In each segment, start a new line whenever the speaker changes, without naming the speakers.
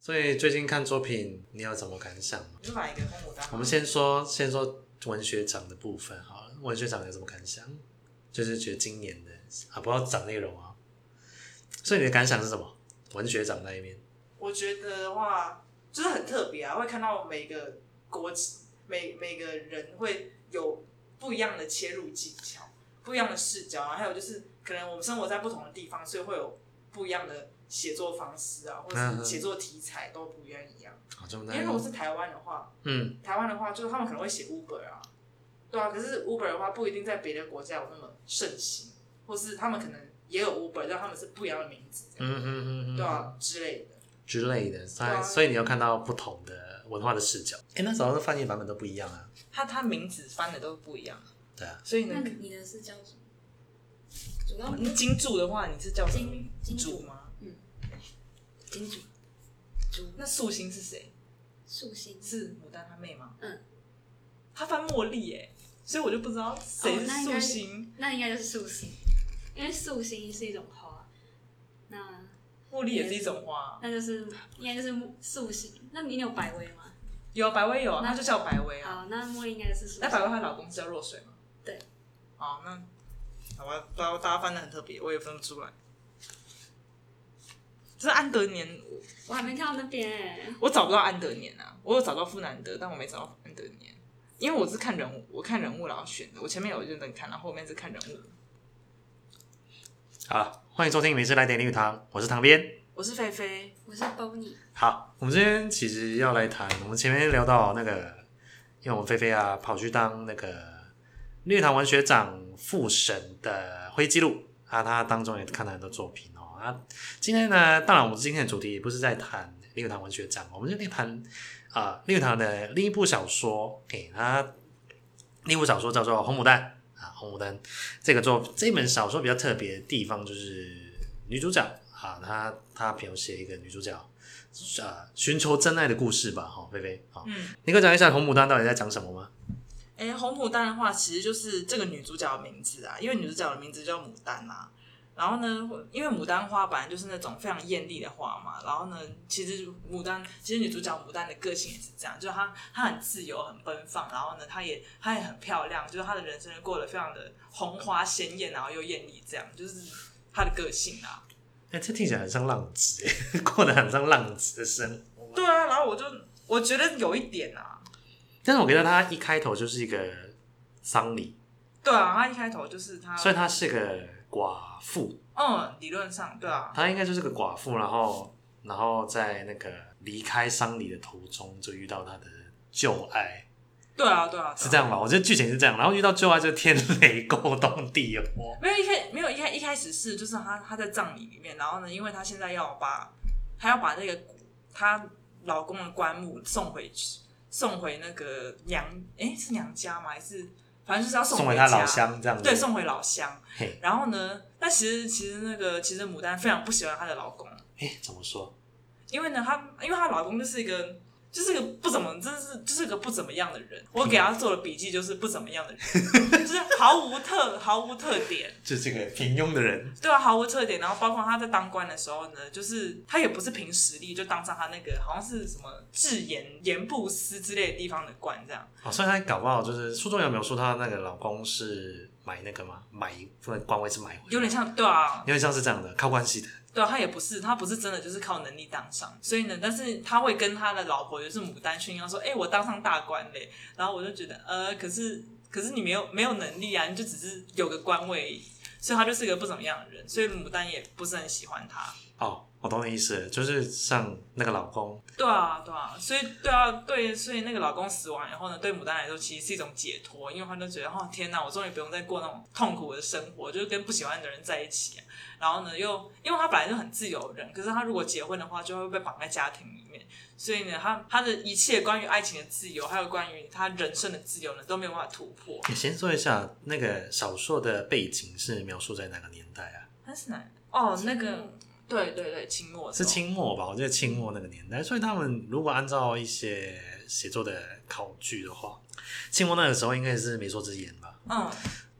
所以最近看作品，你有什么感想吗？
你是哪一个公母单吗？
我们先说先说文学奖的部分好了，文学奖有什么感想？就是觉得今年的啊，不要讲内容啊。所以你的感想是什么？文学奖那一面，
我觉得的话，就是很特别啊，会看到每个国籍每每个人会有不一样的切入技巧，不一样的视角啊，还有就是可能我们生活在不同的地方，所以会有不一样的写作方式啊，或
嗯
者
嗯
是写作题材都不一样一样。
好，就
因
那一
为如果
面，
是台湾的话，
嗯，
台湾的话就是他们可能会写 Uber 啊，对啊，可是 Uber 的话不一定在别的国家有那么盛行，或是他们可能也有 Uber，但他们是不一样的名字这样，
嗯嗯嗯嗯，
对啊之类的。
之类的，所
对
以
啊
所以你要看到不同的文化的视角。哎、那时候的翻译版本都不一样啊。
他他名字翻的都不一样，
对啊，
所以
那
呢，
你的是叫什么？主要嗯
你金主的话，你是叫什么
金金
主
主
吗？
金主，主
那素心是谁？
素心
是牡丹她妹吗？
嗯，
她翻茉莉耶，所以我就不知道谁
哦
是
那应
素
该
心。
那应该就是素心，因为素心是一种花，那
茉莉也是一种花，
那就是应该就是素心。那你有百威吗？
有啊，百威有啊，
那
她就叫百威啊。
好，那茉莉应该是素心。
那百威她老公是叫若水吗？
对。
哦，那好吧，不知道大家翻的很特别，我也分不出来。这是安德年，我
我还没看到那边欸
我找不到安德年啊，我有找到富兰德，但我没找到安德年，因为我是看人物，我看人物然后选的，我前面有认真看，然后后面是看人物。
好了，欢迎收听《每次来点绿糖》，我是唐边。
我是菲菲，
我是 Bonnie，
好，我们今天其实要来谈，我们前面聊到那个，因为我们菲菲啊跑去当那个绿糖文学奖复审的灰记录啊，他当中也看了很多作品哦啊。今天呢，当然我们今天的主题也不是在谈绿糖文学奖，我们就在谈啊绿糖的另一部小说，诶、它另一部小说叫做《红牡丹》啊，《红牡丹》这个作这本小说比较特别的地方就是女主角啊，她她描写一个女主角啊寻求真爱的故事吧，哈、菲菲好，
嗯，
你可以讲一下《红牡丹》到底在讲什么吗？
哎、红牡丹的话，其实就是这个女主角的名字啊，因为女主角的名字叫牡丹啊。然后呢，因为牡丹花本来就是那种非常艳丽的花嘛，然后呢，其实牡丹，其实女主角牡丹的个性也是这样，就是她她很自由、很奔放，然后呢，她也她也很漂亮，就是她的人生过得非常的红花鲜艳，然后又艳丽，这样就是她的个性啊。
哎、这听起来很像浪子， 哎过得很像浪子的生活。
对啊，然后我就我觉得有一点啊，
但是我觉得她一开头就是一个丧礼，
对啊，她一开头就是她，
所以她是个寡妇，
嗯，理论上对啊，
她应该就是个寡妇，然后然后在那个离开丧礼的途中就遇到她的旧爱，
对啊，对啊，对啊
是这样吧？我觉得剧情是这样，然后遇到旧爱就天雷勾动地火。
没有一开没有一开一开始是就是他他在葬礼里面，然后呢，因为他现在要把他要把那个骨她老公的棺木送回去，送回那个娘诶，是娘家吗？还是反正就是要
送
回
回
家
他老，乡这样子。
对，送回老乡
嘿。
然后呢，那其实其实那个其实牡丹非常不喜欢她的老公，
哎、怎么说？
因为呢，她因为她老公就是一个。就是个不怎么，真的是就是个不怎么样的人。我给她做的笔记就是不怎么样的人，就是毫无特毫无特点。
就是个平庸的人。
对啊，毫无特点。然后包括他在当官的时候呢，就是他也不是凭实力就当上他那个好像是什么制盐盐布司之类的地方的官这样。
哦，所以他搞不好就是书中有描述她那个老公是买那个吗？买不能官位是买回来，
有点像对啊
有，点像是这样的，靠关系的。
对啊，他也不是，他不是真的就是靠能力当上，所以呢，但是他会跟他的老婆就是牡丹炫耀说，哎、我当上大官嘞，然后我就觉得，呃，可是可是你没有没有能力啊，你就只是有个官位而已，所以他就是一个不怎么样的人，所以牡丹也不是很喜欢他，
哦，我懂你意思了，就是像那个老公，
对啊，对啊，所以对啊，对，所以那个老公死亡以后呢，对牡丹来说其实是一种解脱，因为她就觉得哦，天哪，我终于不用再过那种痛苦的生活，就是跟不喜欢的人在一起啊、然后呢，又因为她本来就很自由的人，可是她如果结婚的话，就会被绑在家庭里面，所以呢，她她的一切关于爱情的自由，还有关于她人生的自由呢，都没有办法突破。
你先说一下那个小说的背景是描述在哪个年代啊？
她是哪？哦，那个，对对对，清末的时
是
候
清末吧？我记得清末那个年代，所以他们如果按照一些写作的考据的话，清末那个时候应该是媒妁之言吧？
嗯，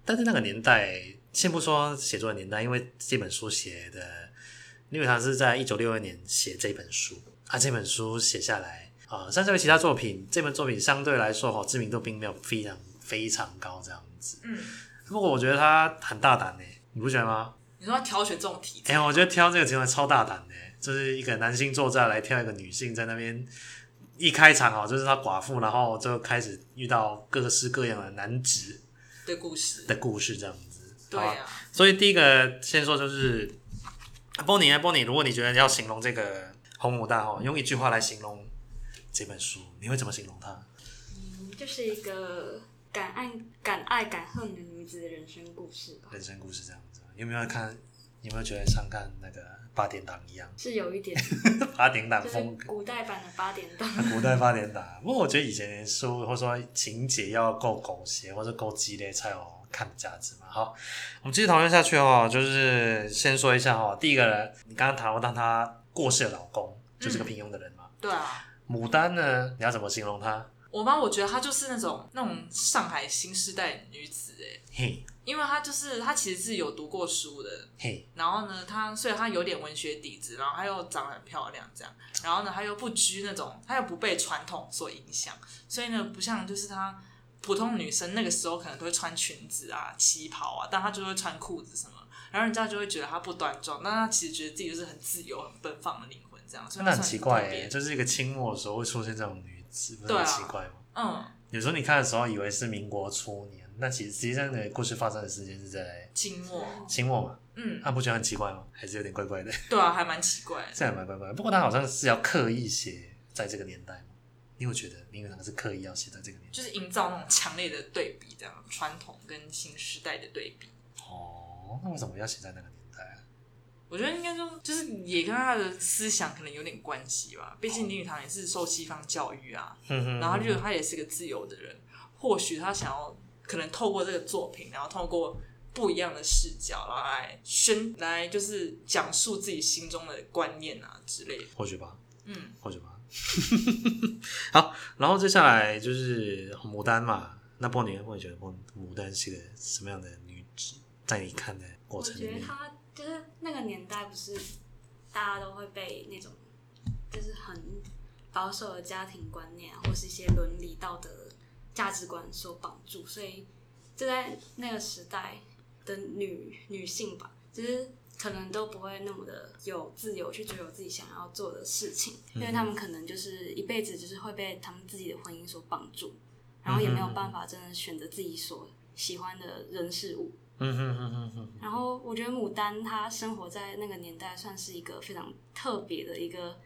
但是那个年代，先不说写作的年代，因为这本书写的，因为他是在一九六二年写这本书，啊，这本书写下来啊、呃相较于其他作品，这本作品相对来说哈、知名度并没有非常非常高这样子。
嗯，
不过我觉得他很大胆呢、欸你不觉得吗？
你说要挑选这种题
哎、
材，
我觉得挑这个情况超大胆的、就是一个男性作家来挑一个女性在那边。一开场哦，就是他寡妇，然后就开始遇到各式各样的男子
的故事，
的故事，这样子。
对啊
好啊吧
呀、
所以第一个先说就是波尼啊，波尼，如果你觉得要形容这个红牡丹哦，用一句话来形容这本书，你会怎么形容它？
嗯，就是一个敢爱敢爱敢恨的女子的人生故事吧，
人生故事这样子，有没有看？有没有觉得像看那个八点档一样？
是有一点
八点档
就是
风格，
古代版的八点 档。
古代八点档。不过我觉得以前的书或者说情节要够狗血或者够激烈才有看的价值嘛。好，我们继续讨论下去哦，就是先说一下哦，第一个人，你刚刚谈论到她过世的老公就是个平庸的人嘛。
对啊，
牡丹呢？你要怎么形容她？
我妈我觉得她就是那种那种上海新时代女子哎、
嘿，
因为她就是她其实是有读过书的，
嘿，
然后呢，她所以她有点文学底子，然后她又长得很漂亮这样，然后呢，她又不拘那种，她又不被传统所影响，所以呢，不像就是她普通女生那个时候可能都会穿裙子啊、旗袍啊，但她就会穿裤子什么。然后人家就会觉得她不端庄，但她其实觉得自己就是很自由、很奔放的灵魂，这样。
真
所以
的
她
很
算
奇怪
特别
哎、就是一个清末的时候会出现这种女子，不是
对啊
很奇怪吗？
嗯，
有时候你看的时候以为是民国初年，那其实实际上的故事发生的时间是在
静默，
清末嘛，
嗯，
那、不觉得很奇怪吗？还是有点怪怪的，
对啊，还蛮奇怪的。
这还蛮怪怪的。不过他好像是要刻意写在这个年代嘛，你有觉得林语堂是刻意要写在这个年代？
就是营造那种强烈的对比，这样传统跟新时代的对比。
哦，那为什么要写在那个年代啊？
我觉得应该说，就是也跟他的思想可能有点关系吧。毕竟林语堂也是受西方教育啊，
哼哼
然后他觉得他也是个自由的人，或许他想要可能透过这个作品，然后透过不一样的视角，然后来宣来就是讲述自己心中的观念啊之类的。
或许吧，
嗯，
或者吧。好，然后接下来就是牡丹嘛。那波女，会觉得波牡丹是个什么样的女子？在你看的过
我
程里
觉得
面，
他就是那个年代，不是大家都会被那种就是很保守的家庭观念啊，或是一些伦理道德价值观所绑住，所以就在那个时代的女女性吧，就是可能都不会那么的有自由去追求自己想要做的事情，
嗯
因为他们可能就是一辈子就是会被他们自己的婚姻所绑住，然后也没有办法真的选择自己所喜欢的人事物。
嗯哼哼哼哼，
然后我觉得牡丹她生活在那个年代算是一个非常特别的一个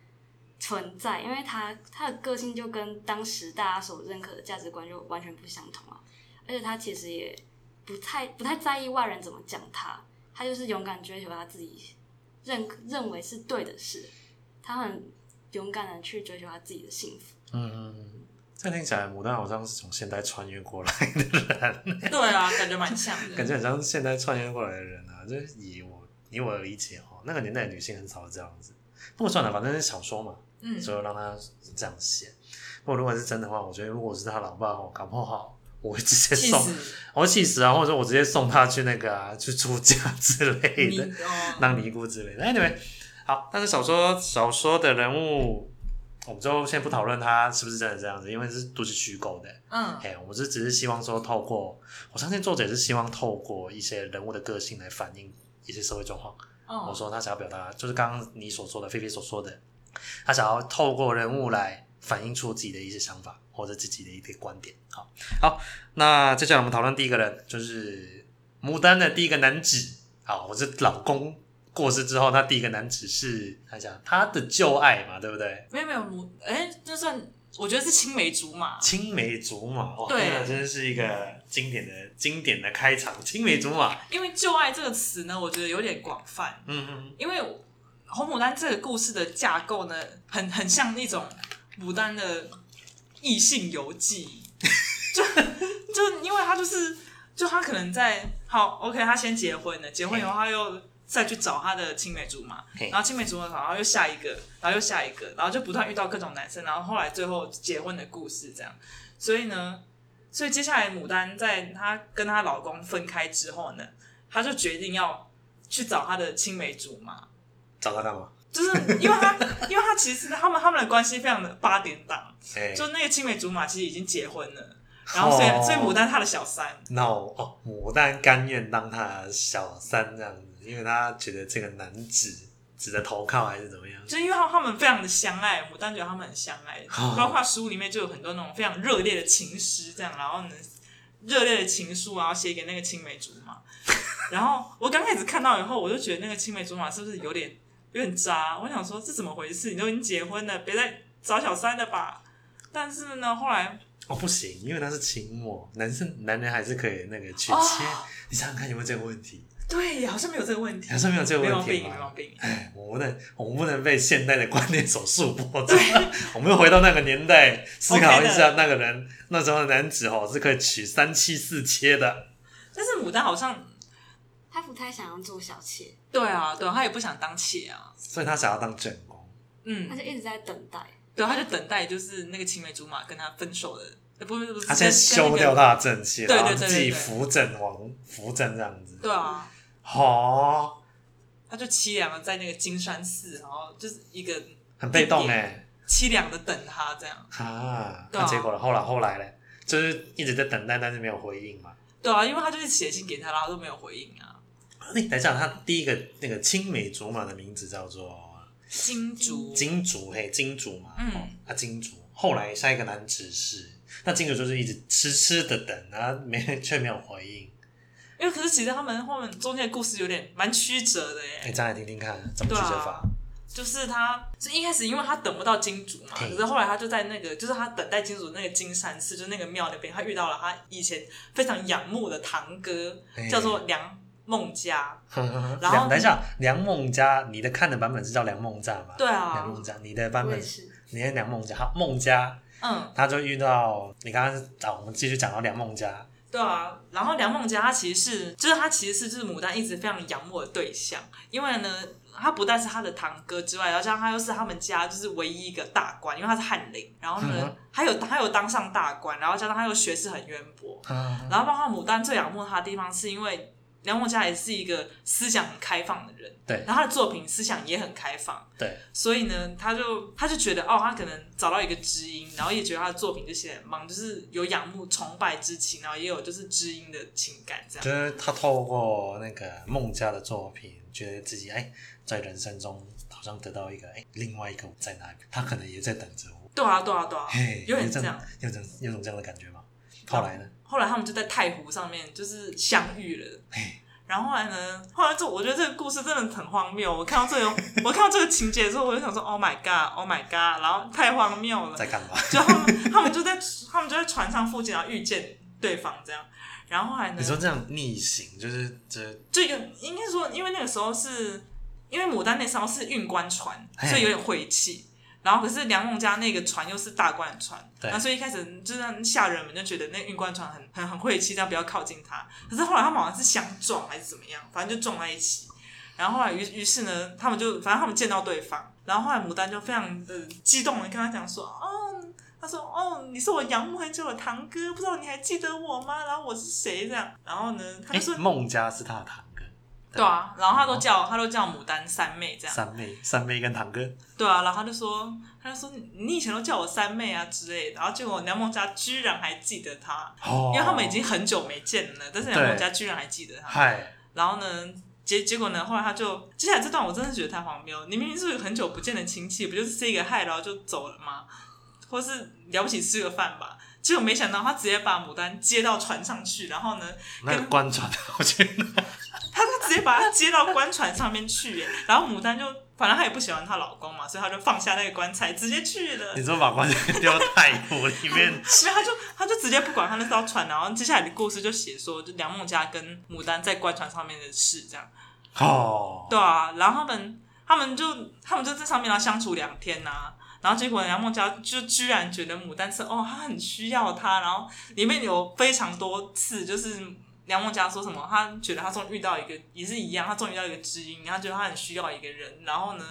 存在，因为她她的个性就跟当时大家所认可的价值观就完全不相同啊，而且她其实也不太不太在意外人怎么讲她，她就是勇敢追求她自己认认为是对的事，她很勇敢的去追求她自己的幸福。
嗯嗯嗯。这样听起来，牡丹好像是从现代穿越过来，
对啊，感觉蛮像的。
感觉很像现代穿越过来的人啊。就是以我以我的理解哦，那个年代的女性很少这样子。不过算了，反正是小说嘛，
嗯，
所以让他这样写。不过如果是真的话，我觉得如果是他老爸哦，搞不好我会直接
气
送
死
我气死啊！或者说我直接送他去那个、啊、去出家之类
你
的，
哦，
当尼姑之类的。Anyway，好，但是小说小说的人物，我们就先不讨论他是不是真的这样子，因为是都是虚构的。
嗯，
哎、我们是只是希望说，透过我相信作者也是希望透过一些人物的个性来反映一些社会状况。
哦
我说他想要表达，就是刚刚你所说的，菲菲所说的，他想要透过人物来反映出自己的一些想法或者自己的一些观点。好，好，那接下来我们讨论第一个人，就是牡丹的第一个男子。好，我是老公过世之后，他第一个男子是，他讲他的旧爱嘛，对不对？
没有没有母，哎、这算我觉得是青梅竹马，
青梅竹马，哇，
对
那真是一个经典的经典的开场，青梅竹马。
因为“旧爱”这个词呢，我觉得有点广泛，
嗯嗯
因为红牡丹这个故事的架构呢，很很像那种牡丹的异性游记，就就因为他就是就他可能在好 OK，他先结婚了，结婚以后他又。再去找他的青梅竹马
嘿，
然后青梅竹马，然后又下一个，然后又下一个，然后就不断遇到各种男生，然后后来最后结婚的故事这样。所以呢，所以接下来牡丹在她跟她老公分开之后呢，她就决定要去找她的青梅竹马，
找他干嘛？
就是因为他，因为他其实他们他们的关系非常的八点档，
哎、
就那个青梅竹马其实已经结婚了，然后所以、
哦
所以牡丹他的小三，
那我哦，牡丹甘愿当他小三这样子，因为他觉得这个男子值得投靠还是怎么样？
就是因为他他们非常的相爱，牡丹觉得他们很相爱，
哦
包括书里面就有很多那种非常热烈的情诗，这样然后呢热烈的情书，啊然后写给那个青梅竹马，然后我刚开始看到以后，我就觉得那个青梅竹马是不是有点有点渣？我想说这怎么回事？你都已经结婚了，别再找小三了吧。但是呢，后来
哦，不行，因为他是情魔，男生男人还是可以那个娶妻。
哦
你想想看有没有这个问题？
对耶，好像没有这个问题，
好像没有这个
没
问
毛
题
病，没毛
吧？
病。
哎，我不能，我们不能被现代的观念所束缚。 真的我们又回到那个年代，思考一
OK
下
的
那个人那时候的男子哦，是可以娶三妻四妾的。
但是牡丹好像，
他不太想要做小妾，
对啊，对啊，她也不想当妾啊，
所以他想要当正宫。
他
嗯，
就一直在等待。
对，啊她就等待就是那个青梅竹马跟她分手的，呃不是不是，
他先
跟
修掉，他的正气，
对对
然后
对对
自己
对
扶正王扶正这样子
跟那个。对啊，
哦，
她就凄凉的在那个金山寺，然后就是一个
很被动哎、
凄凉的等她这样，
啊，
对
那、
啊
结果了，后来后来嘞，就是一直在等待，但是没有回应嘛。
对啊，因为她就是写信给他，然后都没有回应啊，
你等一下，他第一个那个青梅竹马的名字叫做
金竹，
金竹，嘿，金竹嘛，
嗯
哦啊，金竹。后来下一个男子是，那金竹就是一直痴痴的等啊，没却没有回应。
因为可是其实他们后面中间的故事有点蛮曲折的耶，
哎、咱来听听看怎么
对
拒
啊
绝法。
就是他，是一开始因为他等不到金主嘛，
嘿
可是后来他就在那个，就是他等待金主那个金山寺，就是那个庙那边，他遇到了他以前非常仰慕的堂哥，
嘿
啊 叫做梁梦佳。然后
梁，哎等一下，梁梦佳，你的看的版本是叫梁梦佳吗？
对
梁
啊
梦，佳，你的版
我
本
也
是
是，
你的梁梦佳，好梦佳，
嗯，
他就遇到你刚刚是啊，我们继续讲到梁梦佳，
对啊。然后梁梦佳他其实是，就是他其实是就是牡丹一直非常仰慕的对象，因为呢，他不但是他的堂哥之外，然后像他又是他们家就是唯一一个大官，因为他是翰林，然后
嗯
呢
哼，
他有他有当上大官，然后加上他又学识很渊博，然后包括牡丹最仰慕他的地方，是因为梁梦佳也是一个思想很开放的人，
对
然后他的作品思想也很开放，
对，
所以呢，他就他就觉得哦，他可能找到一个知音，然后也觉得他的作品就写得很棒，就是有仰慕、崇拜之情，然后也有就是知音的情感这样。
就是他透过那个梦佳的作品，觉得自己哎，在人生中好像得到一个哎，另外一个我在哪里，他可能也在等着我，
对啊，对啊，对啊
嘿，，
有点
这
这
样
样。，
有种有种这样的感觉吗？后来呢？
后来他们就在太湖上面就是相遇了。
嘿，
然后后来呢？后来这我觉得这个故事真的很荒谬。我看到这个，我看到这个情节之后，我就想说，Oh my god，Oh my god，然后太荒谬了。
在干嘛？
就他们他们就在他们就在船上附近，然后遇见对方这样，然后后来呢
你，说这样逆行，就是这
这个应该说，因为那个时候是因为牡丹那艘是运官船，
哎
所以有点晦气。然后可是梁梦家那个船又是大官船，
对
那所以一开始就是让下人们就觉得那运官船很很很晦气，这样不要靠近它。可是后来他们好像是相撞还是怎么样，反正就撞在一起。然后后来于于是呢，他们就反正他们见到对方，然后后来牡丹就非常的激动的跟他讲说，哦，他说哦，你是我仰慕很久的堂哥，不知道你还记得我吗？然后我是谁这样？然后呢，他
哎
就说，
梦佳是他的堂哥，
对啊，然后他都叫他都叫牡丹三妹这样，
三妹，三妹跟堂哥，
对啊，然后他就说他就说你你以前都叫我三妹啊之类的，然后结果梁梦佳居然还记得他，
哦，
因为他们已经很久没见了，但是梁梦佳居然还记得他，
嗨，
然后呢结结果呢后来他就接下来这段我真的觉得太荒谬，你明明是很久不见的亲戚，不就是 say 个 hi 然后就走了吗？或是了不起吃个饭吧？结果没想到他直接把牡丹接到船上去，然后呢
那个官船，我觉得
他就直接把她接到官船上面去耶， 然后牡丹就反正她也不喜欢她老公嘛，所以她就放下那个棺材直接去了。
你说把棺材丢到太湖里 面，
所以她就她就直接不管她那艘船，然后接下来的故事就写说，就梁梦佳跟牡丹在官船上面的事这样。
哦，
对啊，然后他们他们就他们就在上面然后相处两天呐、然后结果梁梦佳就居然觉得牡丹是哦，她很需要他，然后里面有非常多次就是。梁梦佳说什么？她觉得她终于遇到一个，也是一样，她终于遇到一个知音，她觉得她很需要一个人。然后呢，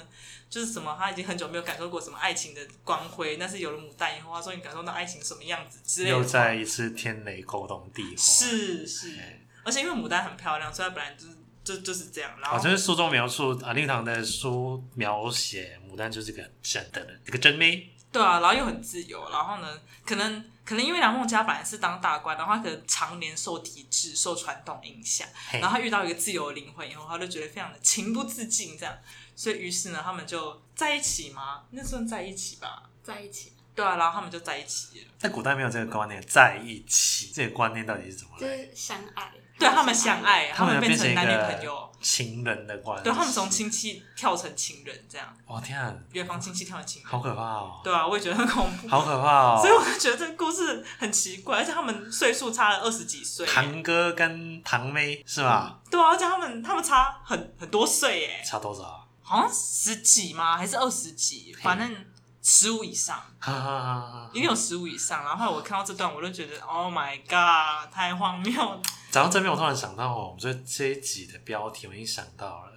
就是什么，她已经很久没有感受过什么爱情的光辉，但是有了牡丹以后，她终于感受到爱情什么样子之类
又
的。
再一次天雷勾动地火，
是是
哎，
而且因为牡丹很漂亮，所以她本来就是就就是这样。然
好
后
哦像是书中描述啊，令堂的书描写牡丹就是个真的人，这个真妹。
对啊，然后又很自由，然后呢，可能可能因为梁梦佳本来是当大官，然后他可能常年受体制、受传统影响，
嘿
然后他遇到一个自由的灵魂以后，他就觉得非常的情不自禁这样，所以于是呢，他们就在一起吗？那算在一起吧？
在一起，
对啊，然后他们就在一起了，
在古代没有这个观念，在一起这个观念到底是怎么
就
来的？
是相爱，
对啊他们相，爱，
他们要
们变
变成一
男女朋
个
友，
情人的关系。
对他们从亲戚跳成情人这样，
哇天啊，
远房亲戚跳成情人，
好可怕哦！
对啊，我也觉得很恐怖，
好可怕
所以我
哦！
就觉得这个故事很奇怪，而且他们岁数差了二十几岁耶，
堂哥跟堂妹是吧？
对啊，而且他们他们差很很多岁耶，
差多少啊？
好像十几吗？还是二十几？
嘿
反正十五以上，
哈哈哈哈！
一定有十五以上。然后后来我看到这段，我就觉得 Oh my God，太荒谬了！
讲到这边，我突然想到，哦我们这这一集的标题我已经想到了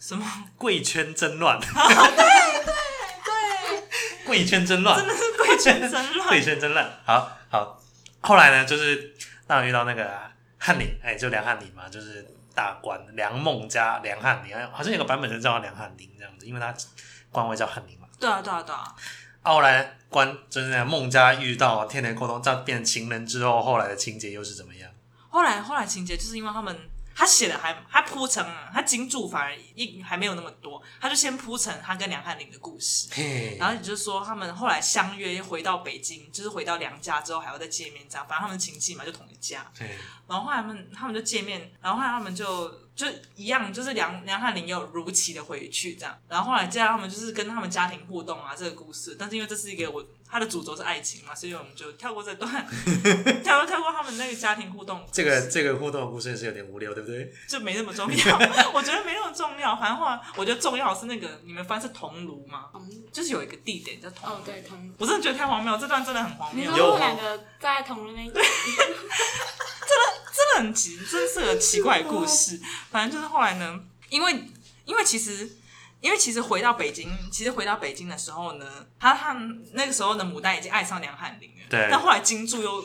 什么？
“贵圈真 乱”。
哦
对对对，贵圈真乱，
真的是贵圈真
贵
乱。
圈真乱。好好，后来呢，就是让我遇到那个翰林，哎、就梁翰林嘛，就是大官梁孟加梁翰林，好像有个版本就叫他梁翰林这样子，因为他官位叫翰林嘛。
对啊，对啊，对啊，
啊后来官就是那个孟加遇到天雷沟通，在变情人之后，后来的情节又是怎么样？
后来后来情节就是因为他们。他写的还他铺成了，他金柱反而一还没有那么多，他就先铺成他跟梁汉林的故事，
嘿
然后也就是说他们后来相约回到北京，就是回到梁家之后还要再见面，这样反正他们亲戚嘛就同一家，
嘿
然后后来他们他们就见面，然后后来他们就就一样，就是梁梁汉林又如期的回去这样。然后后来接下来他们就是跟他们家庭互动啊，这个故事。但是因为这是一个我他的主轴是爱情嘛，所以我们就跳过 这段，跳过跳过他们那个家庭互动，
这个这个互动的故事也是有点无聊，对不对？
就没那么重要。 我觉得没那么重要，反正后来我觉得重要的是那个你们翻是桐庐吗？
嗯，
就是有一个地点叫桐庐。
哦对，同
我真的觉得太荒谬，这段真的很荒
你
谬，
说
真
他
有
们两个在同那 边，
的很奇，真是个奇怪的 故事。反正就是后来呢，因为因为其实因为其实回到北京，其实回到北京的时候呢，他他那个时候的牡丹已经爱上梁汉林了，
对
但后来金柱又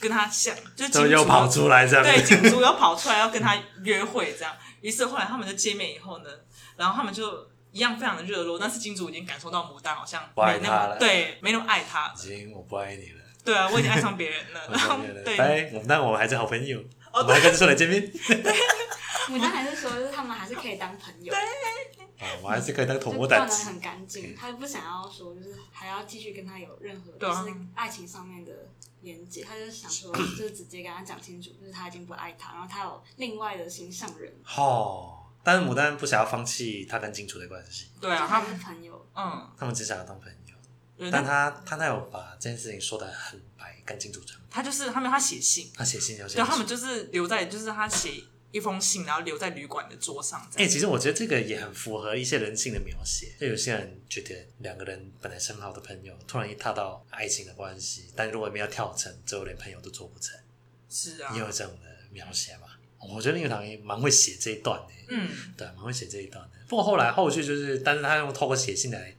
跟他像，就是金
就
柱
又跑出来这样
对，
子，
金珠 又跑出来要跟他约会，这样。于是后来他们就见面以后呢，然后他们就一样非常的热络，但是金主已经感受到牡丹好像
不爱
没那
他
么
了
对，没那么爱他了
已。经我不爱你了。
对啊，我已经爱上别人了。
我
然后
不爱你了
对，
拜，我们哎但我们还是好朋友，我
哦
们还跟出来见 面。
牡丹还是说，就是他们还是可以当朋友，
啊，我还是可以当头
就
目
断
胆
的
子。
很干净，他不想要说就是还要继续跟他有任何
对
就
啊
是爱情上面的连接，他就想说就是直接跟他讲清楚，就是他已经不爱他，然后他有另外的心上人，
哦，但是牡丹不想要放弃他跟金主的关系，
对啊，
就
他
还
们
是朋友，
嗯，
他们只想要当朋友。
对
但他他他有把这件事情说的很白，跟金主讲，
他就是他们他写信，
他写信要写
对，
清
他们
楚。
就是留在，就是他写一封信，然后留在旅馆的桌上这
哎、
样。
其实我觉得这个也很符合一些人性的描写。就有些人觉得两个人本来是很好的朋友，突然一踏到爱情的关系，但如果没有跳成，最后连朋友都做不成，
是啊
也，有这种的描写嘛。我觉得林语堂也蛮会写这一段的、
嗯，
对，蛮会写这一段的。不过后来后续就是，但是他用透过写信来，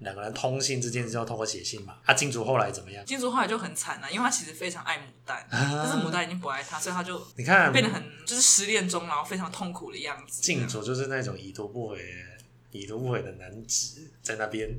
两个人通信之间就要透过写信嘛。啊，金主后来怎么样？
金竹后来就很惨啊了、因为他其实非常爱牡丹，但啊是牡丹已经不爱他，所以他就
你看，
变得很就是失恋中，然后非常痛苦的样子。
金主就是那种已读不回、已读不回的男子，在那边，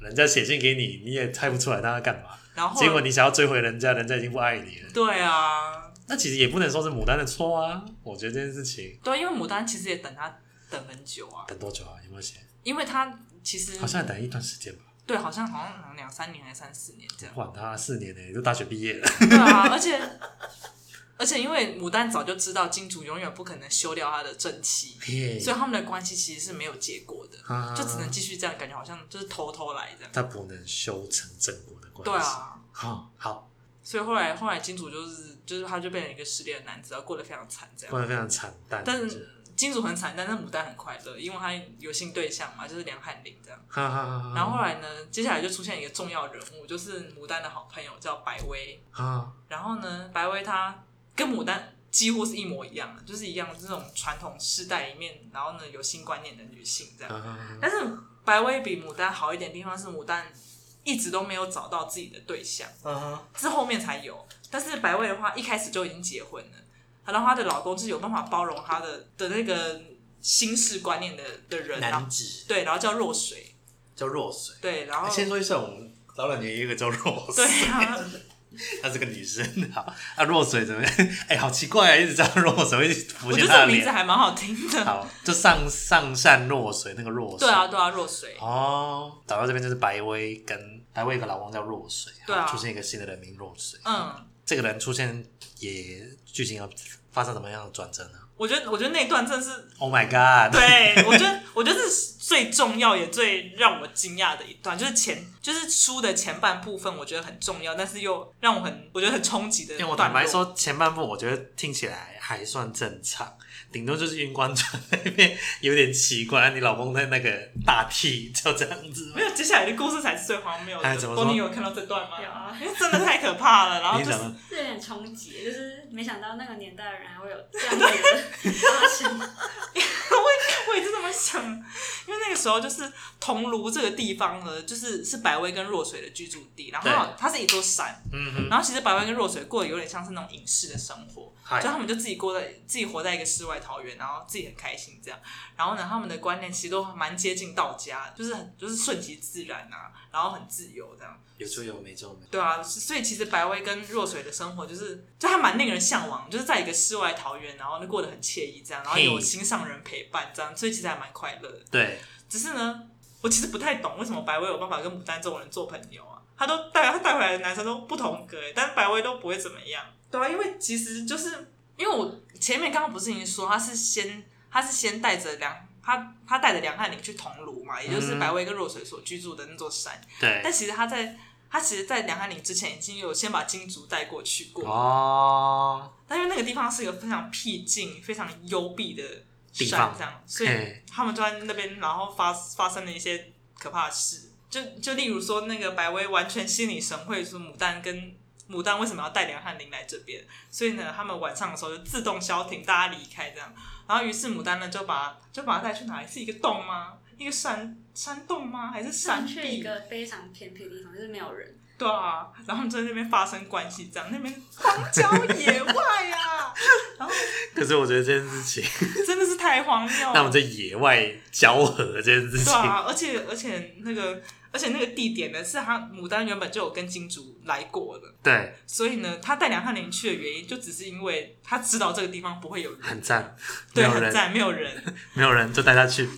人家写信给你，你也猜不出来他要干嘛，
然后
结果你想要追回人家，人家已经不爱你了。
对啊，
那其实也不能说是牡丹的错啊，我觉得这件事情
对，啊因为牡丹其实也等他等很久啊，
等多久啊？有没有写？
因为他其实
好像等一段时间吧，
对，好像好像两三年还是三四年这样。
不管他四年呢、也都大学毕业了。
对啊， 而且而且因为牡丹早就知道金主永远不可能休掉他的正气，
嘿
所以他们的关系其实是没有结果的，
啊
就只能继续这样，感觉好像就是偷偷来这样。
他不能修成正果的关系。
对，啊，
好、好，
所以后来后来金主就是就是他就变成一个失恋的男子，然后过得非常惨这样。
过得非常惨淡。
但
啊就是
金主很惨，但是牡丹很快乐，因为他有新对象嘛，就是梁汉林这样。
哈哈哈哈。
然后后来呢，接下来就出现一个重要人物，就是牡丹的好朋友叫白薇。
啊，
然后呢，白薇她跟牡丹几乎是一模一样的，就是一样这种传统世代里面，然后呢有新观念的女性这样。
啊
但是白薇比牡丹好一点的地方是，牡丹一直都没有找到自己的对象，
啊
是后面才有。但是白薇的话，一开始就已经结婚了，然后她的老公就是有办法包容她的的那个心事观念的的人，然后
男子
对，然后叫弱水，
叫若水。
对，然后
啊哎先说一声，我们导览员有一个叫若水，
对啊，
她是个女生，好啊，若水怎么样？ 哎、好奇怪啊，一直叫若水，一直浮
我觉
现
得这
她的
个名字
脸。
还蛮好听的，
好，就上上善若水那个若水。
对啊，对啊，弱水，
哦，找到这边就是白薇跟白薇有个老公叫若水，
对啊
出现一个新的人名若水。
嗯。
这个人出现也剧情要发生什么样的转折呢
我觉得，我觉得那一段真的是，
？Oh my god！
对我觉得，我觉得这是最重要也最让我惊讶的一段，就是前，就是书的前半部分，我觉得很重要，但是又让我很，我觉得很冲击的
因为我
段
坦白
落
说，前半部我觉得听起来还算正常，顶多就是云关船那边有点奇怪，你老公在那个大厅就这样子
没。有，接下来的故事才是最荒谬
哎
的。
怎么说
波尼有看到这段吗？
有啊
因为真的太可怕了。然后
你
就
想
是
到
是有点冲击，就是没想到那个年代的人还会有这 样的人发生。
我也是这么想，因为那个时候就是桐庐这个地方呢，就是是白薇跟若水的居住地，然后
对
它是一座山，
嗯哼，
然后其实白薇跟若水过得有点像是那种隐士的生活，
嗨
就他们就自己过在自己活在一个世外桃源，然后自己很开心这样。然后呢，他们的观念其实都蛮接近道家，就是很就是顺其自然啊，然后很自由这样。
有就有，没就没。
对啊，所以其实白薇跟若水的生活就是，就还蛮令人向往，就是在一个世外桃源，然后过得很惬意这样，然后
嘿
有心上人陪伴这样，所以其实还蛮快乐的。
对，
只是呢，我其实不太懂为什么白薇有办法跟牡丹这种人做朋友啊，她都带她带回来的男生都不同格、欸，但是白薇都不会怎么样。对啊，因为其实就是因为我前面刚刚不是已经说她是先她是先带着梁她她带着梁汉林去桐庐嘛，也就是
嗯
白薇跟若水所居住的那座山，
对
但，其实他在他其实，在梁汉岭之前已经有先把金竹带过去过，
哦，
但因为那个地方是一个非常僻静、非常幽闭的
地方，
山这样，所以
嘿，
他们就在那边，然后发发生了一些可怕的事。就就例如说，那个白薇完全心领神会，说牡丹跟牡丹为什么要带梁汉林来这边，所以呢，他们晚上的时候就自动消停，大家离开这样。然后于是牡丹呢，就把就把他带去哪里？是一个洞吗？一个山山洞吗？还是山
想
壁？
去一个非常偏僻的地方，就是没有人。
对啊，然后他们就在那边发生关系，这样那边荒郊野外 啊，
可是我觉得这件事情，
真的是太荒谬
那我们
了。
在野外交合这件事
哦对
情，
啊，而且而且那个而且那个地点呢，是他牡丹原本就有跟金主来过的，
对，
所以
嗯
呢，他带梁汉林去的原因，就只是因为他知道这个地方不会有人，
很赞， 没
对，
有
很
人，
赞，没有 人，
没有人就带他去。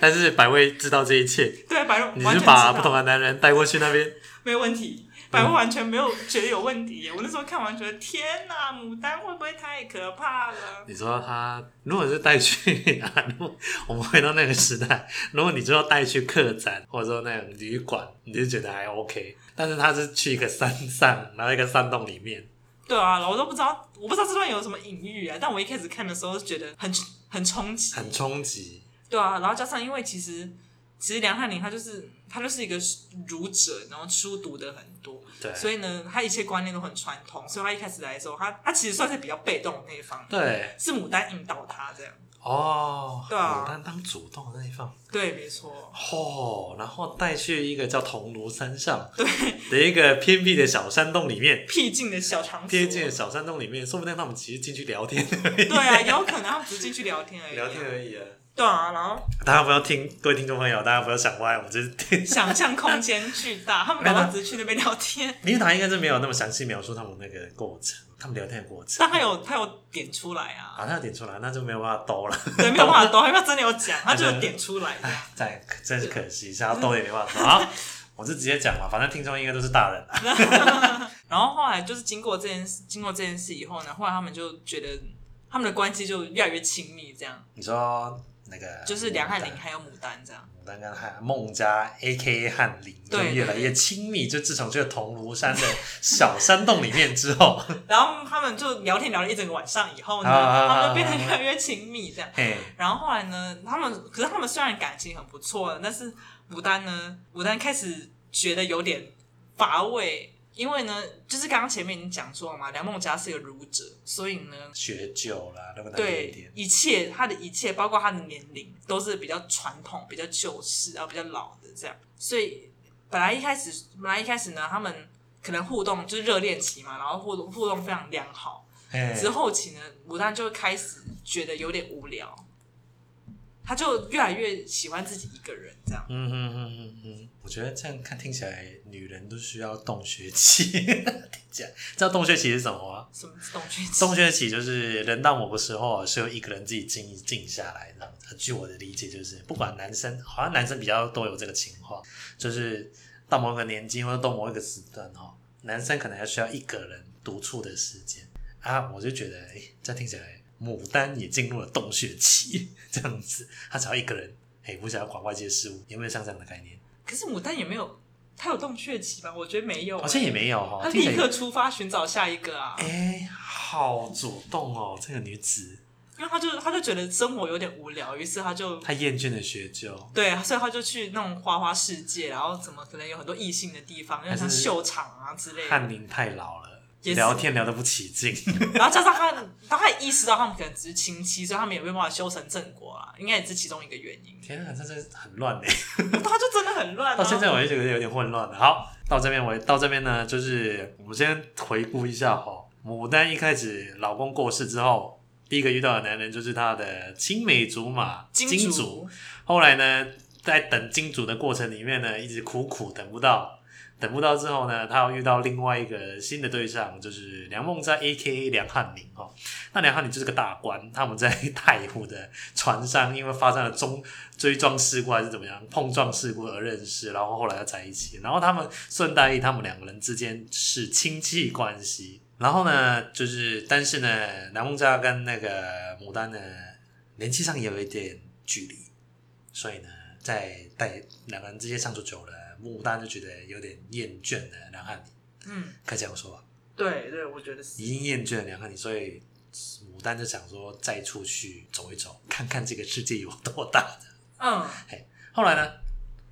但是百威知道这一切，
对，白完
你
全
是
知
把不同
道，
的男人带过去那边，
没问题。白薇完全没有觉得有问题耶，我那时候看完觉得天哪，牡丹会不会太可怕了？
你说他如果是带去 啊，如果我们回到那个时代，如果你就要带去客栈或者说那种旅馆，你就觉得还 OK。但是他是去一个山上，然后一个山洞里面，
对啊，我都不知道，我不知道这段有什么隐喻啊。但我一开始看的时候就觉得很很冲击，
很冲击。
对啊。然后加上因为其实其实梁汉林他就是他就是一个儒者，然后书读的很多，
对，
所以呢，他一切观念都很传统，所以他一开始来的时候，他他其实算是比较被动的那一方，
对
是牡丹引导他这样。
哦，
对啊
牡丹当主动的那一方
对，没错，
哦，然后带去一个叫桐庐山上的一个偏僻的小山洞里面，
僻静的小场所，
偏僻的小山洞里面，说不定他们其实进去聊天而已，
对啊，也有可能他们只是进去聊天而 已、
聊天而。已啊。
对啊，然后
大家不要听，各位听众朋友，大家不要想歪，我们这是
想象空间巨大，他们可能只是去那边聊天。
林语堂应该是没有那么详细描述他们那个过程，他们聊天的过程。
但他有他有点出来啊，
好像点出来，那就没有办法兜了，
对，没有办法懂，因为他真的有讲，他就有点出来的。
再真是可惜，想要兜也没办法。 好，我就直接讲嘛，反正听众应该都是大人啊。
然后后来就是经过这件事，经过这件事以后呢，后来他们就觉得他们的关系就越来越亲密，这样
你说那个
就是梁汉林
牡
还有牡丹这样。
丹跟汉孟家 A K A 汉林就
对
越来越亲密，就自从去了桐庐 山的小山洞里面之后，
然后他们就聊天聊了一整个晚上以后呢，
啊
他们就变得越来越亲密这样。
嘿，
然后后来呢，他们可是他们虽然感情很不错，但是牡丹呢，牡丹开始觉得有点乏味，因为呢，就是刚刚前面已经讲说了嘛，梁梦佳是一个儒者，所以呢，
学久了，那个难听一
对
点，
一切他的一切，包括他的年龄，都是比较传统、比较旧式啊、比较老的这样。所以本来一开始，本来一开始呢，他们可能互动就是热恋期嘛，然后互动互动非常良好。
哎，
之后期呢，牡丹就会开始觉得有点无聊，他就越来越喜欢自己一个人这样。
嗯哼哼哼哼，我觉得这样看听起来，女人都需要洞穴期。 听起来，知道洞穴期是什么吗？
什么是洞穴期？
洞穴期就是人到某个时候啊是由一个人自己静一静下来这样子。据我的理解，就是不管男生，好像男生比较都有这个情况，就是到某个年纪或者到某一个时段哦，男生可能还需要一个人独处的时间啊。我就觉得，哎、这样听起来，牡丹也进入了洞穴期，这样子，他只要一个人，哎、不想要管外界事物，有没有像这样的概念？
可是牡丹也没有，他有洞穴期吗？我觉得没有、欸
好像也没有
他
哈，听起
立
来
刻，出发寻找下一个啊，
哎、好主动哦，这个女子，
因为他就他就觉得生活有点无聊，于是他就
她厌倦了学究。
对，所以他就去那种花花世界，然后怎么可能有很多异性的地方，因为像
还是
秀场啊之类的。
翰林太老了，
也是
聊天聊得不起劲。
然后加上他，他还意识到他们可能只是亲戚，所以他们也没办法修成正果啊，应该也是其中一个原因。
天啊，这真是很乱嘞！
他就真的很乱、啊。
到现在我也觉得有点混乱了。好，到这边我到这边呢，就是我们先回顾一下哈，牡丹一开始老公过世之后，第一个遇到的男人就是她的青梅竹马
金
主，后来呢，在等金主的过程里面呢，一直苦苦等不到，等不到之后呢，他又遇到另外一个新的对象，就是梁梦斋 （A.K.A. 梁汉林）哦。那梁汉林就是个大官，他们在太湖的船上，因为发生了中追撞事故还是怎么样碰撞事故而认识，然后后来又在一起。然后他们顺带一，他们两个人之间是亲戚关系。然后呢，就是但是呢，梁梦斋跟那个牡丹呢，年纪上也有一点距离。所以呢，在带两个人之间相处久了，牡丹就觉得有点厌倦了梁汉林，
嗯，
可以这样说吧，
对对，我觉得是。
已经厌倦了梁汉林，所以牡丹就想说再出去走一走，看看这个世界有多大。
嗯，
后来呢，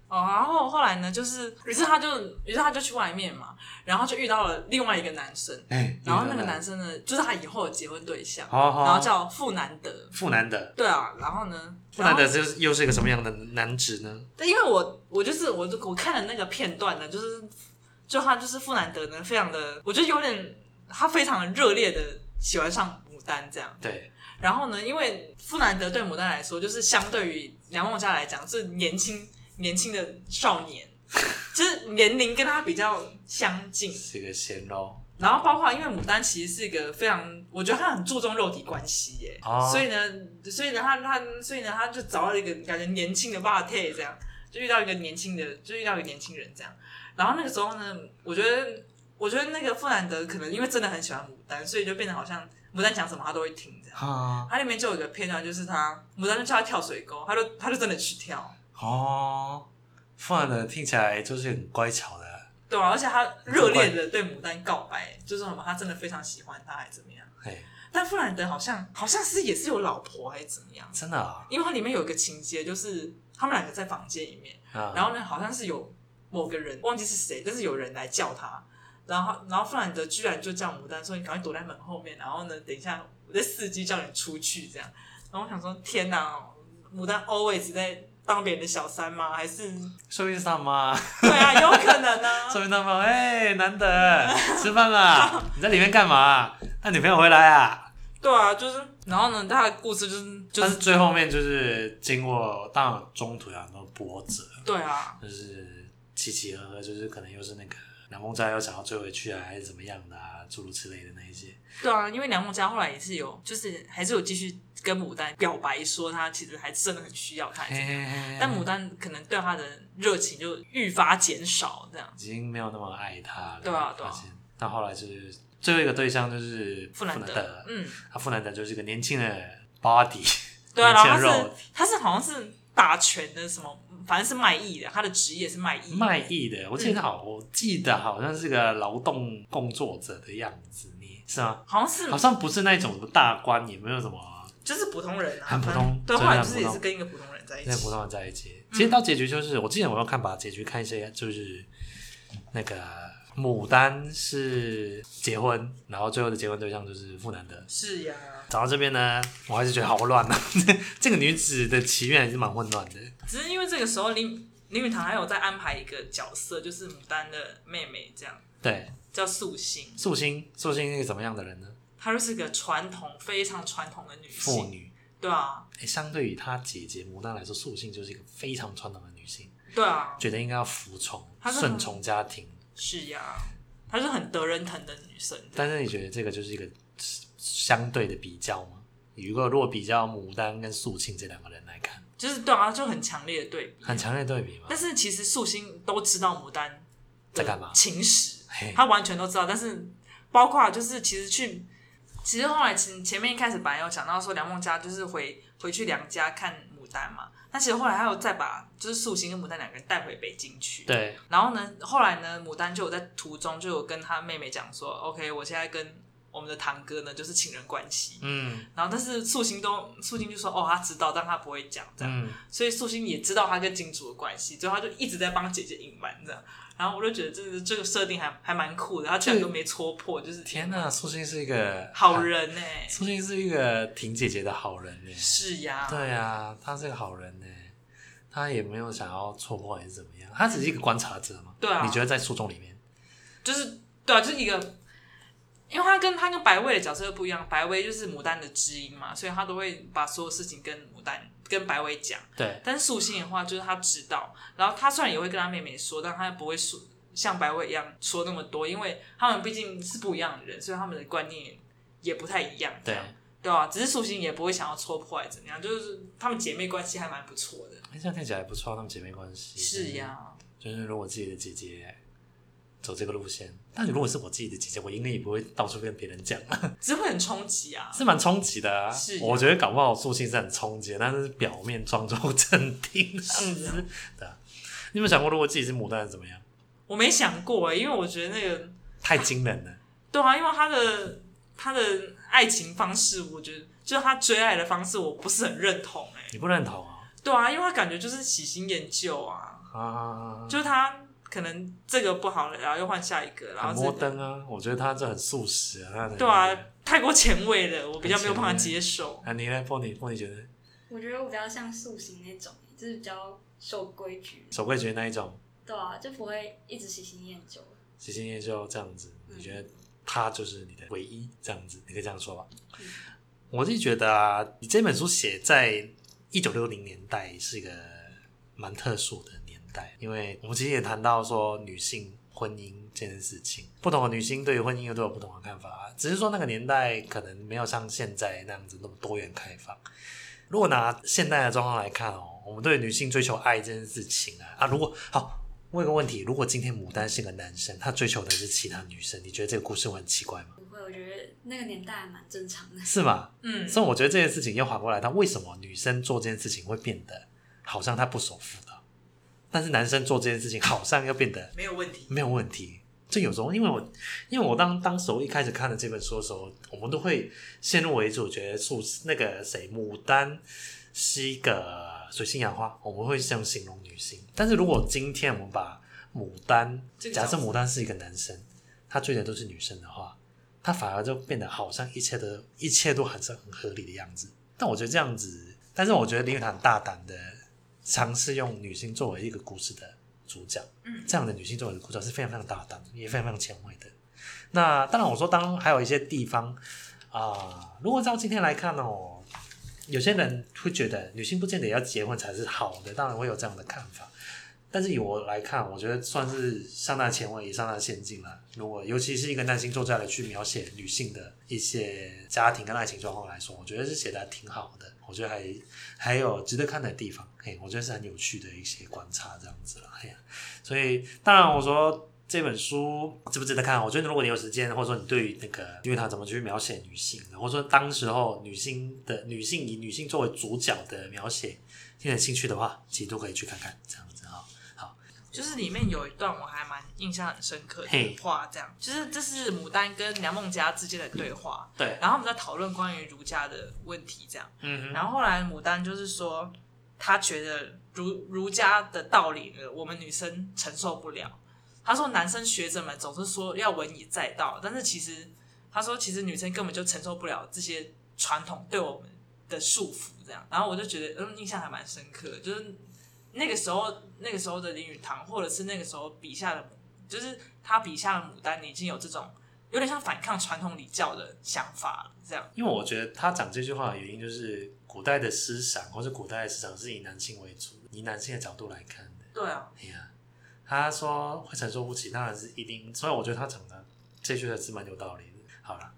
哦，然后后来呢，就是，于是他就，于是他就去外面嘛，然后就遇到了另外一个男生，
哎，
然后那个男，生呢，就是他以后的结婚对象，
好好，
然后叫傅南德。
富男的，
对啊，然后呢，
富
然
男
后
的就是又是一个什么样的男子呢？
但因为我我就是我我看了那个片段呢，就是就他就是傅南德呢，非常的，我觉得有点他非常的热烈的喜欢上牡丹这样。
对，
然后呢，因为傅南德对牡丹来说，就是相对于梁梦佳来讲是年轻年轻的少年， 就是年龄跟他比较相近。
是一个咸肉，
然后包括因为牡丹其实是一个非常，我觉得他很注重肉体关系耶，
哦
所以呢，所以呢，他他所以呢，他就找到一个感觉年轻的 b a t 这样，就遇到一个年轻的，就遇到一个年轻人这样。然后那个时候呢，我觉得我觉得那个富兰德可能因为真的很喜欢牡丹，所以就变得好像牡丹讲什么他都会听这样。
啊，
它里面就有一个片段，就是他牡丹就叫他跳水沟，他就他就真的去跳，
哦，富男的听起来就是很乖巧的。
对啊，而且他热烈的对牡丹告白，就是什么他真的非常喜欢他，还是怎么样？
哎，
但富兰德好像好像是也是有老婆还是怎么样，
真的啊，
因为它里面有一个情节，就是他们两个在房间里面，
啊
然后呢好像是有某个人忘记是谁，但是有人来叫他，然后然后富兰德居然就叫牡丹说你赶快躲在门后面，然后呢等一下我在伺机叫你出去这样，然后我想说天哪，牡丹 always 在当别人的小三吗？还是
说明是他妈，
对啊，有可能
说
啊。
明他妈，哎、难得吃饭 啦！你在里面干嘛？带女朋友回来啊？
对啊，就是然后呢，他的故事就是就
但是
是
最后面就是经过，当然中途有很多波折，
对啊，
就是起起合合，就是可能又是那个南梦斋又想要追回去啊，还是怎么样的啊，诸如此类的那一些。
对啊，因为梁梦佳后来也是有，就是还是有继续跟牡丹表白，说他其实还真的很需要他，但牡丹可能对他的热情就愈发减少，这样
已经没有那么爱他了，
对啊对啊
发现。但后来就是最后一个对象就是
富
南
兰德，嗯，
他啊富兰德就是一个年轻的 body，
对啊，然后他
年轻的肉
是他是好像是打拳的什么，反正是卖艺的，他的职业是卖艺，
卖艺的，我记得好，我记得好像是个劳动工作者的样子，你是吗？
好像是
好像不是那种什么大官，也没有什么
就是普通人啊，
很普
反正
通
对，
真的
后来
很
就是
普
也
通
是跟一个普通人在一
跟
起
普，通人在一起。其实到结局就是，我记得我要看把结局看一下，就是那个牡丹是结婚，然后最后的结婚对象就是富南德。
是呀，
讲到这边呢，我还是觉得好乱啊！ 这个女子的祈愿还是蛮混乱的。
只是因为这个时候林林语堂还有在安排一个角色，就是牡丹的妹妹这样，
对，
叫素心，
素心，素心是个怎么样的人呢？
她就是个传统非常传统的女
妇
性，
女。
对啊，
哎，相对于她姐姐牡丹来说，素性就是一个非常传统的女性，
对啊，
觉得应该要服从、
她是很
顺从家庭。
是呀、她是很得人疼的女生，
但是你觉得这个就是一个相对的比较吗？如果如果比较牡丹跟素庆这两个人来看，
就是对啊，就很强烈的对比。
很强烈对比嘛
但。是其实素心都知道牡丹
在干嘛
情史
嘿，
他完全都知道。但是包括就是其实去，其实后来前前面一开始本来有讲到说梁梦佳就是回回去梁家看牡丹嘛，但其实后来他有再把就是素心跟牡丹两个人带回北京去。
对，
然后呢，后来呢，牡丹就有在途中就有跟他妹妹讲说，OK，我现在跟我们的堂哥呢就是情人关系。
嗯
然后但是素心都素心就说，哦，他知道，但他不会讲这样。
嗯，
所以素心也知道他跟金主的关系，所以他就一直在帮姐姐隐瞒这样。然后我就觉得这个这个设定还还蛮酷的，他居然都没戳破，就是
天哪，素庆是一个
好，人呢、欸
素庆是一个挺姐姐的好人呢。
是呀，
对啊，她是个好人呢，她也没有想要戳破还是怎么样，她只是一个观察者嘛。
对啊
你觉得在书中里面，
就是对啊，就是一个，因为他跟他跟白薇的角色又不一样，白薇就是牡丹的知音嘛，所以他都会把所有事情跟牡丹跟白薇讲。
对，
但是素心的话，就是他知道，然后他虽然也会跟他妹妹说，但他不会说像白薇一样说那么多，因为他们毕竟是不一样的人，所以他们的观念也不太一样。这
对
样，对啊，只是素心也不会想要戳破还是怎么样，就是她们姐妹关系还蛮不错的。
哎这样听起来不错，她们姐妹关系
是，呀，
就是如果自己的姐姐走这个路线，但如果是我自己的姐姐，我应该也不会到处跟别人讲，
只是会很冲击啊。
是蛮冲击的啊。
是
我觉得搞不好素性是很冲击的，但是表面装作镇定这样
是啊
子。对啊，你有没有想过，如果自己是牡丹是怎么样？
我没想过哎、因为我觉得那个
太惊人了。
对啊，因为他的他的爱情方式，我觉得就是他追爱的方式，我不是很认同哎、
你不认同啊？
对啊，因为他感觉就是喜新厌旧啊。
啊，
就是他可能这个不好了，然后又换下一个，然
很
后
摩
这个
登啊，我觉得他这很素食啊。她的
对啊，太过前卫了，我比较没有办法
很前卫
接受。
啊，你呢？波你波你觉得
我觉得我比较像塑形那种，就是比较守规矩，
手绘觉得那一种
对啊，就不会一直喜新厌旧。
喜新厌旧这样子，
嗯
你觉得他就是你的唯一这样子，你可以这样说吧？我是觉得啊，你这本书写在一九六零年代是一个蛮特殊的年代，因为我们其实也谈到说女性婚姻这件事情，不同的女性对于婚姻又都有不同的看法，只是说那个年代可能没有像现在那样子那么多元开放。如果拿现代的状况来看哦，我们对女性追求爱这件事情啊，啊，如果好。问一个问题：如果今天牡丹是个男生，他追求的是其他女生，你觉得这个故事会很奇怪吗？
不会，我觉得那个年代还蛮正常的。
是吗？
嗯，
所以我觉得这件事情又反过来，他为什么女生做这件事情会变得好像他不守妇道，但是男生做这件事情好像又变得
没有问题。
没有问题。就有时候，因为我因为我当当时我一开始看了这本书的时候，我们都会先入为主，觉得素那个谁牡丹是一个水性杨花，我们会这样形容女性。但是如果今天我们把牡丹，
这个
假设
角色
牡丹是一个男生，他追的都是女生的话，他反而就变得好像一切的一切都很是很合理的样子。但我觉得这样子，但是我觉得林语堂大胆的尝试用女性作为一个故事的主角，
嗯
这样的女性作为一个故事是非常非常大胆，也非常非常前卫的。那当然，我说当然还有一些地方啊、如果照今天来看哦，有些人会觉得女性不见得要结婚才是好的，当然会有这样的看法。但是以我来看，我觉得算是上大前卫，也上大先进了。如果尤其是一个男性作家来去描写女性的一些家庭跟爱情状况来说，我觉得是写的挺好的。我觉得还还有值得看的地方，嘿，我觉得是很有趣的一些观察这样子了，嘿呀、所以当然我说。这本书值不值得看？我觉得如果你有时间，或者说你对于那个因为他怎么去描写女性，或者说当时候女性的女性以女性作为主角的描写，有点兴趣的话，其实都可以去看看这样子啊、
就是里面有一段我还蛮印象很深刻
嘿
的话，这样就是这是牡丹跟梁梦佳之间的对话，
对，
然后我们在讨论关于儒家的问题，这样。
嗯哼，
然后后来牡丹就是说，她觉得儒儒家的道理呢，我们女生承受不了。她说男生学者们总是说要文以载道，但是其实她说其实女生根本就承受不了这些传统对我们的束缚，这样。然后我就觉得嗯，印象还蛮深刻的，就是那个时候那个时候的林语堂，或者是那个时候笔下的，就是他笔下的牡丹，已经有这种。有点像反抗传统礼教的想法了这样。
因为我觉得他讲这句话的原因就是古代的思想或是古代的思想是以男性为主，以男性的角度来看的。
对啊，
哎呀，他说会承受不起，当然是一定。所以我觉得他讲的这句还是蛮有道理的。好了，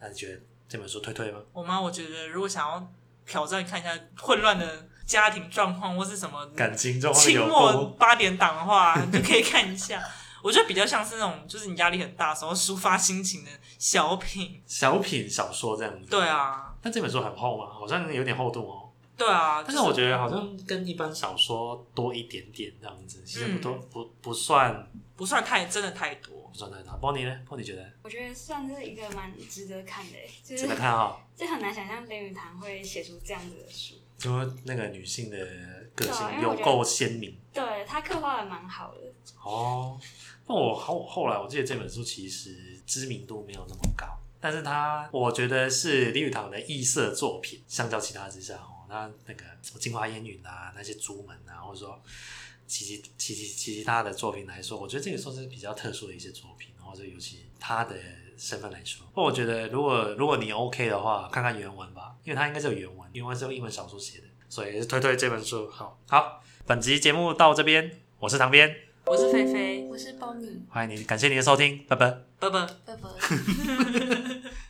那你觉得这本书推推吗？
我妈我觉得如果想要挑战看一下混乱的家庭状况或是什么
感情状况
清
有
末
够
八点档的话，你就可以看一下。我觉得比较像是那种，就是你压力很大的时候抒发心情的小品。
小品小说这样子。
对。啊，
但这本书很厚吗？好像有点厚度哦。
对啊。
但是我觉得好像跟一般小说多一点点这样子，其实不多、不不算
不算太真的太多
不。算太大。波尼呢？波尼觉得
我觉得算是一个蛮值得看的、欸，就
值
是
得看啊 哈、
这很难想象林语堂会写出这样子的书。
因为那个女性的个
对
性
因为
有
我觉得
够鲜明
对他刻画的蛮好的，
哦。那我后后来我记得这本书其实知名度没有那么高，但是它我觉得是李宇堂的异色作品，相较其他之下哦，那那个什么《镜花烟云》啊，那些《朱门》啊，或者说其其其其其其他的作品来说，我觉得这个算是比较特殊的一些作品，或者尤其他的身份来说，那我觉得如果如果你 OK 的话，看看原文吧，因为它应该是有原文，原文是用英文小说写的，所以推推这本书。好，好，本集节目到这边，我是唐边，
我是菲菲，
我是 Bonnie，
欢迎你，感谢你的收听，拜拜。
拜拜。
拜拜。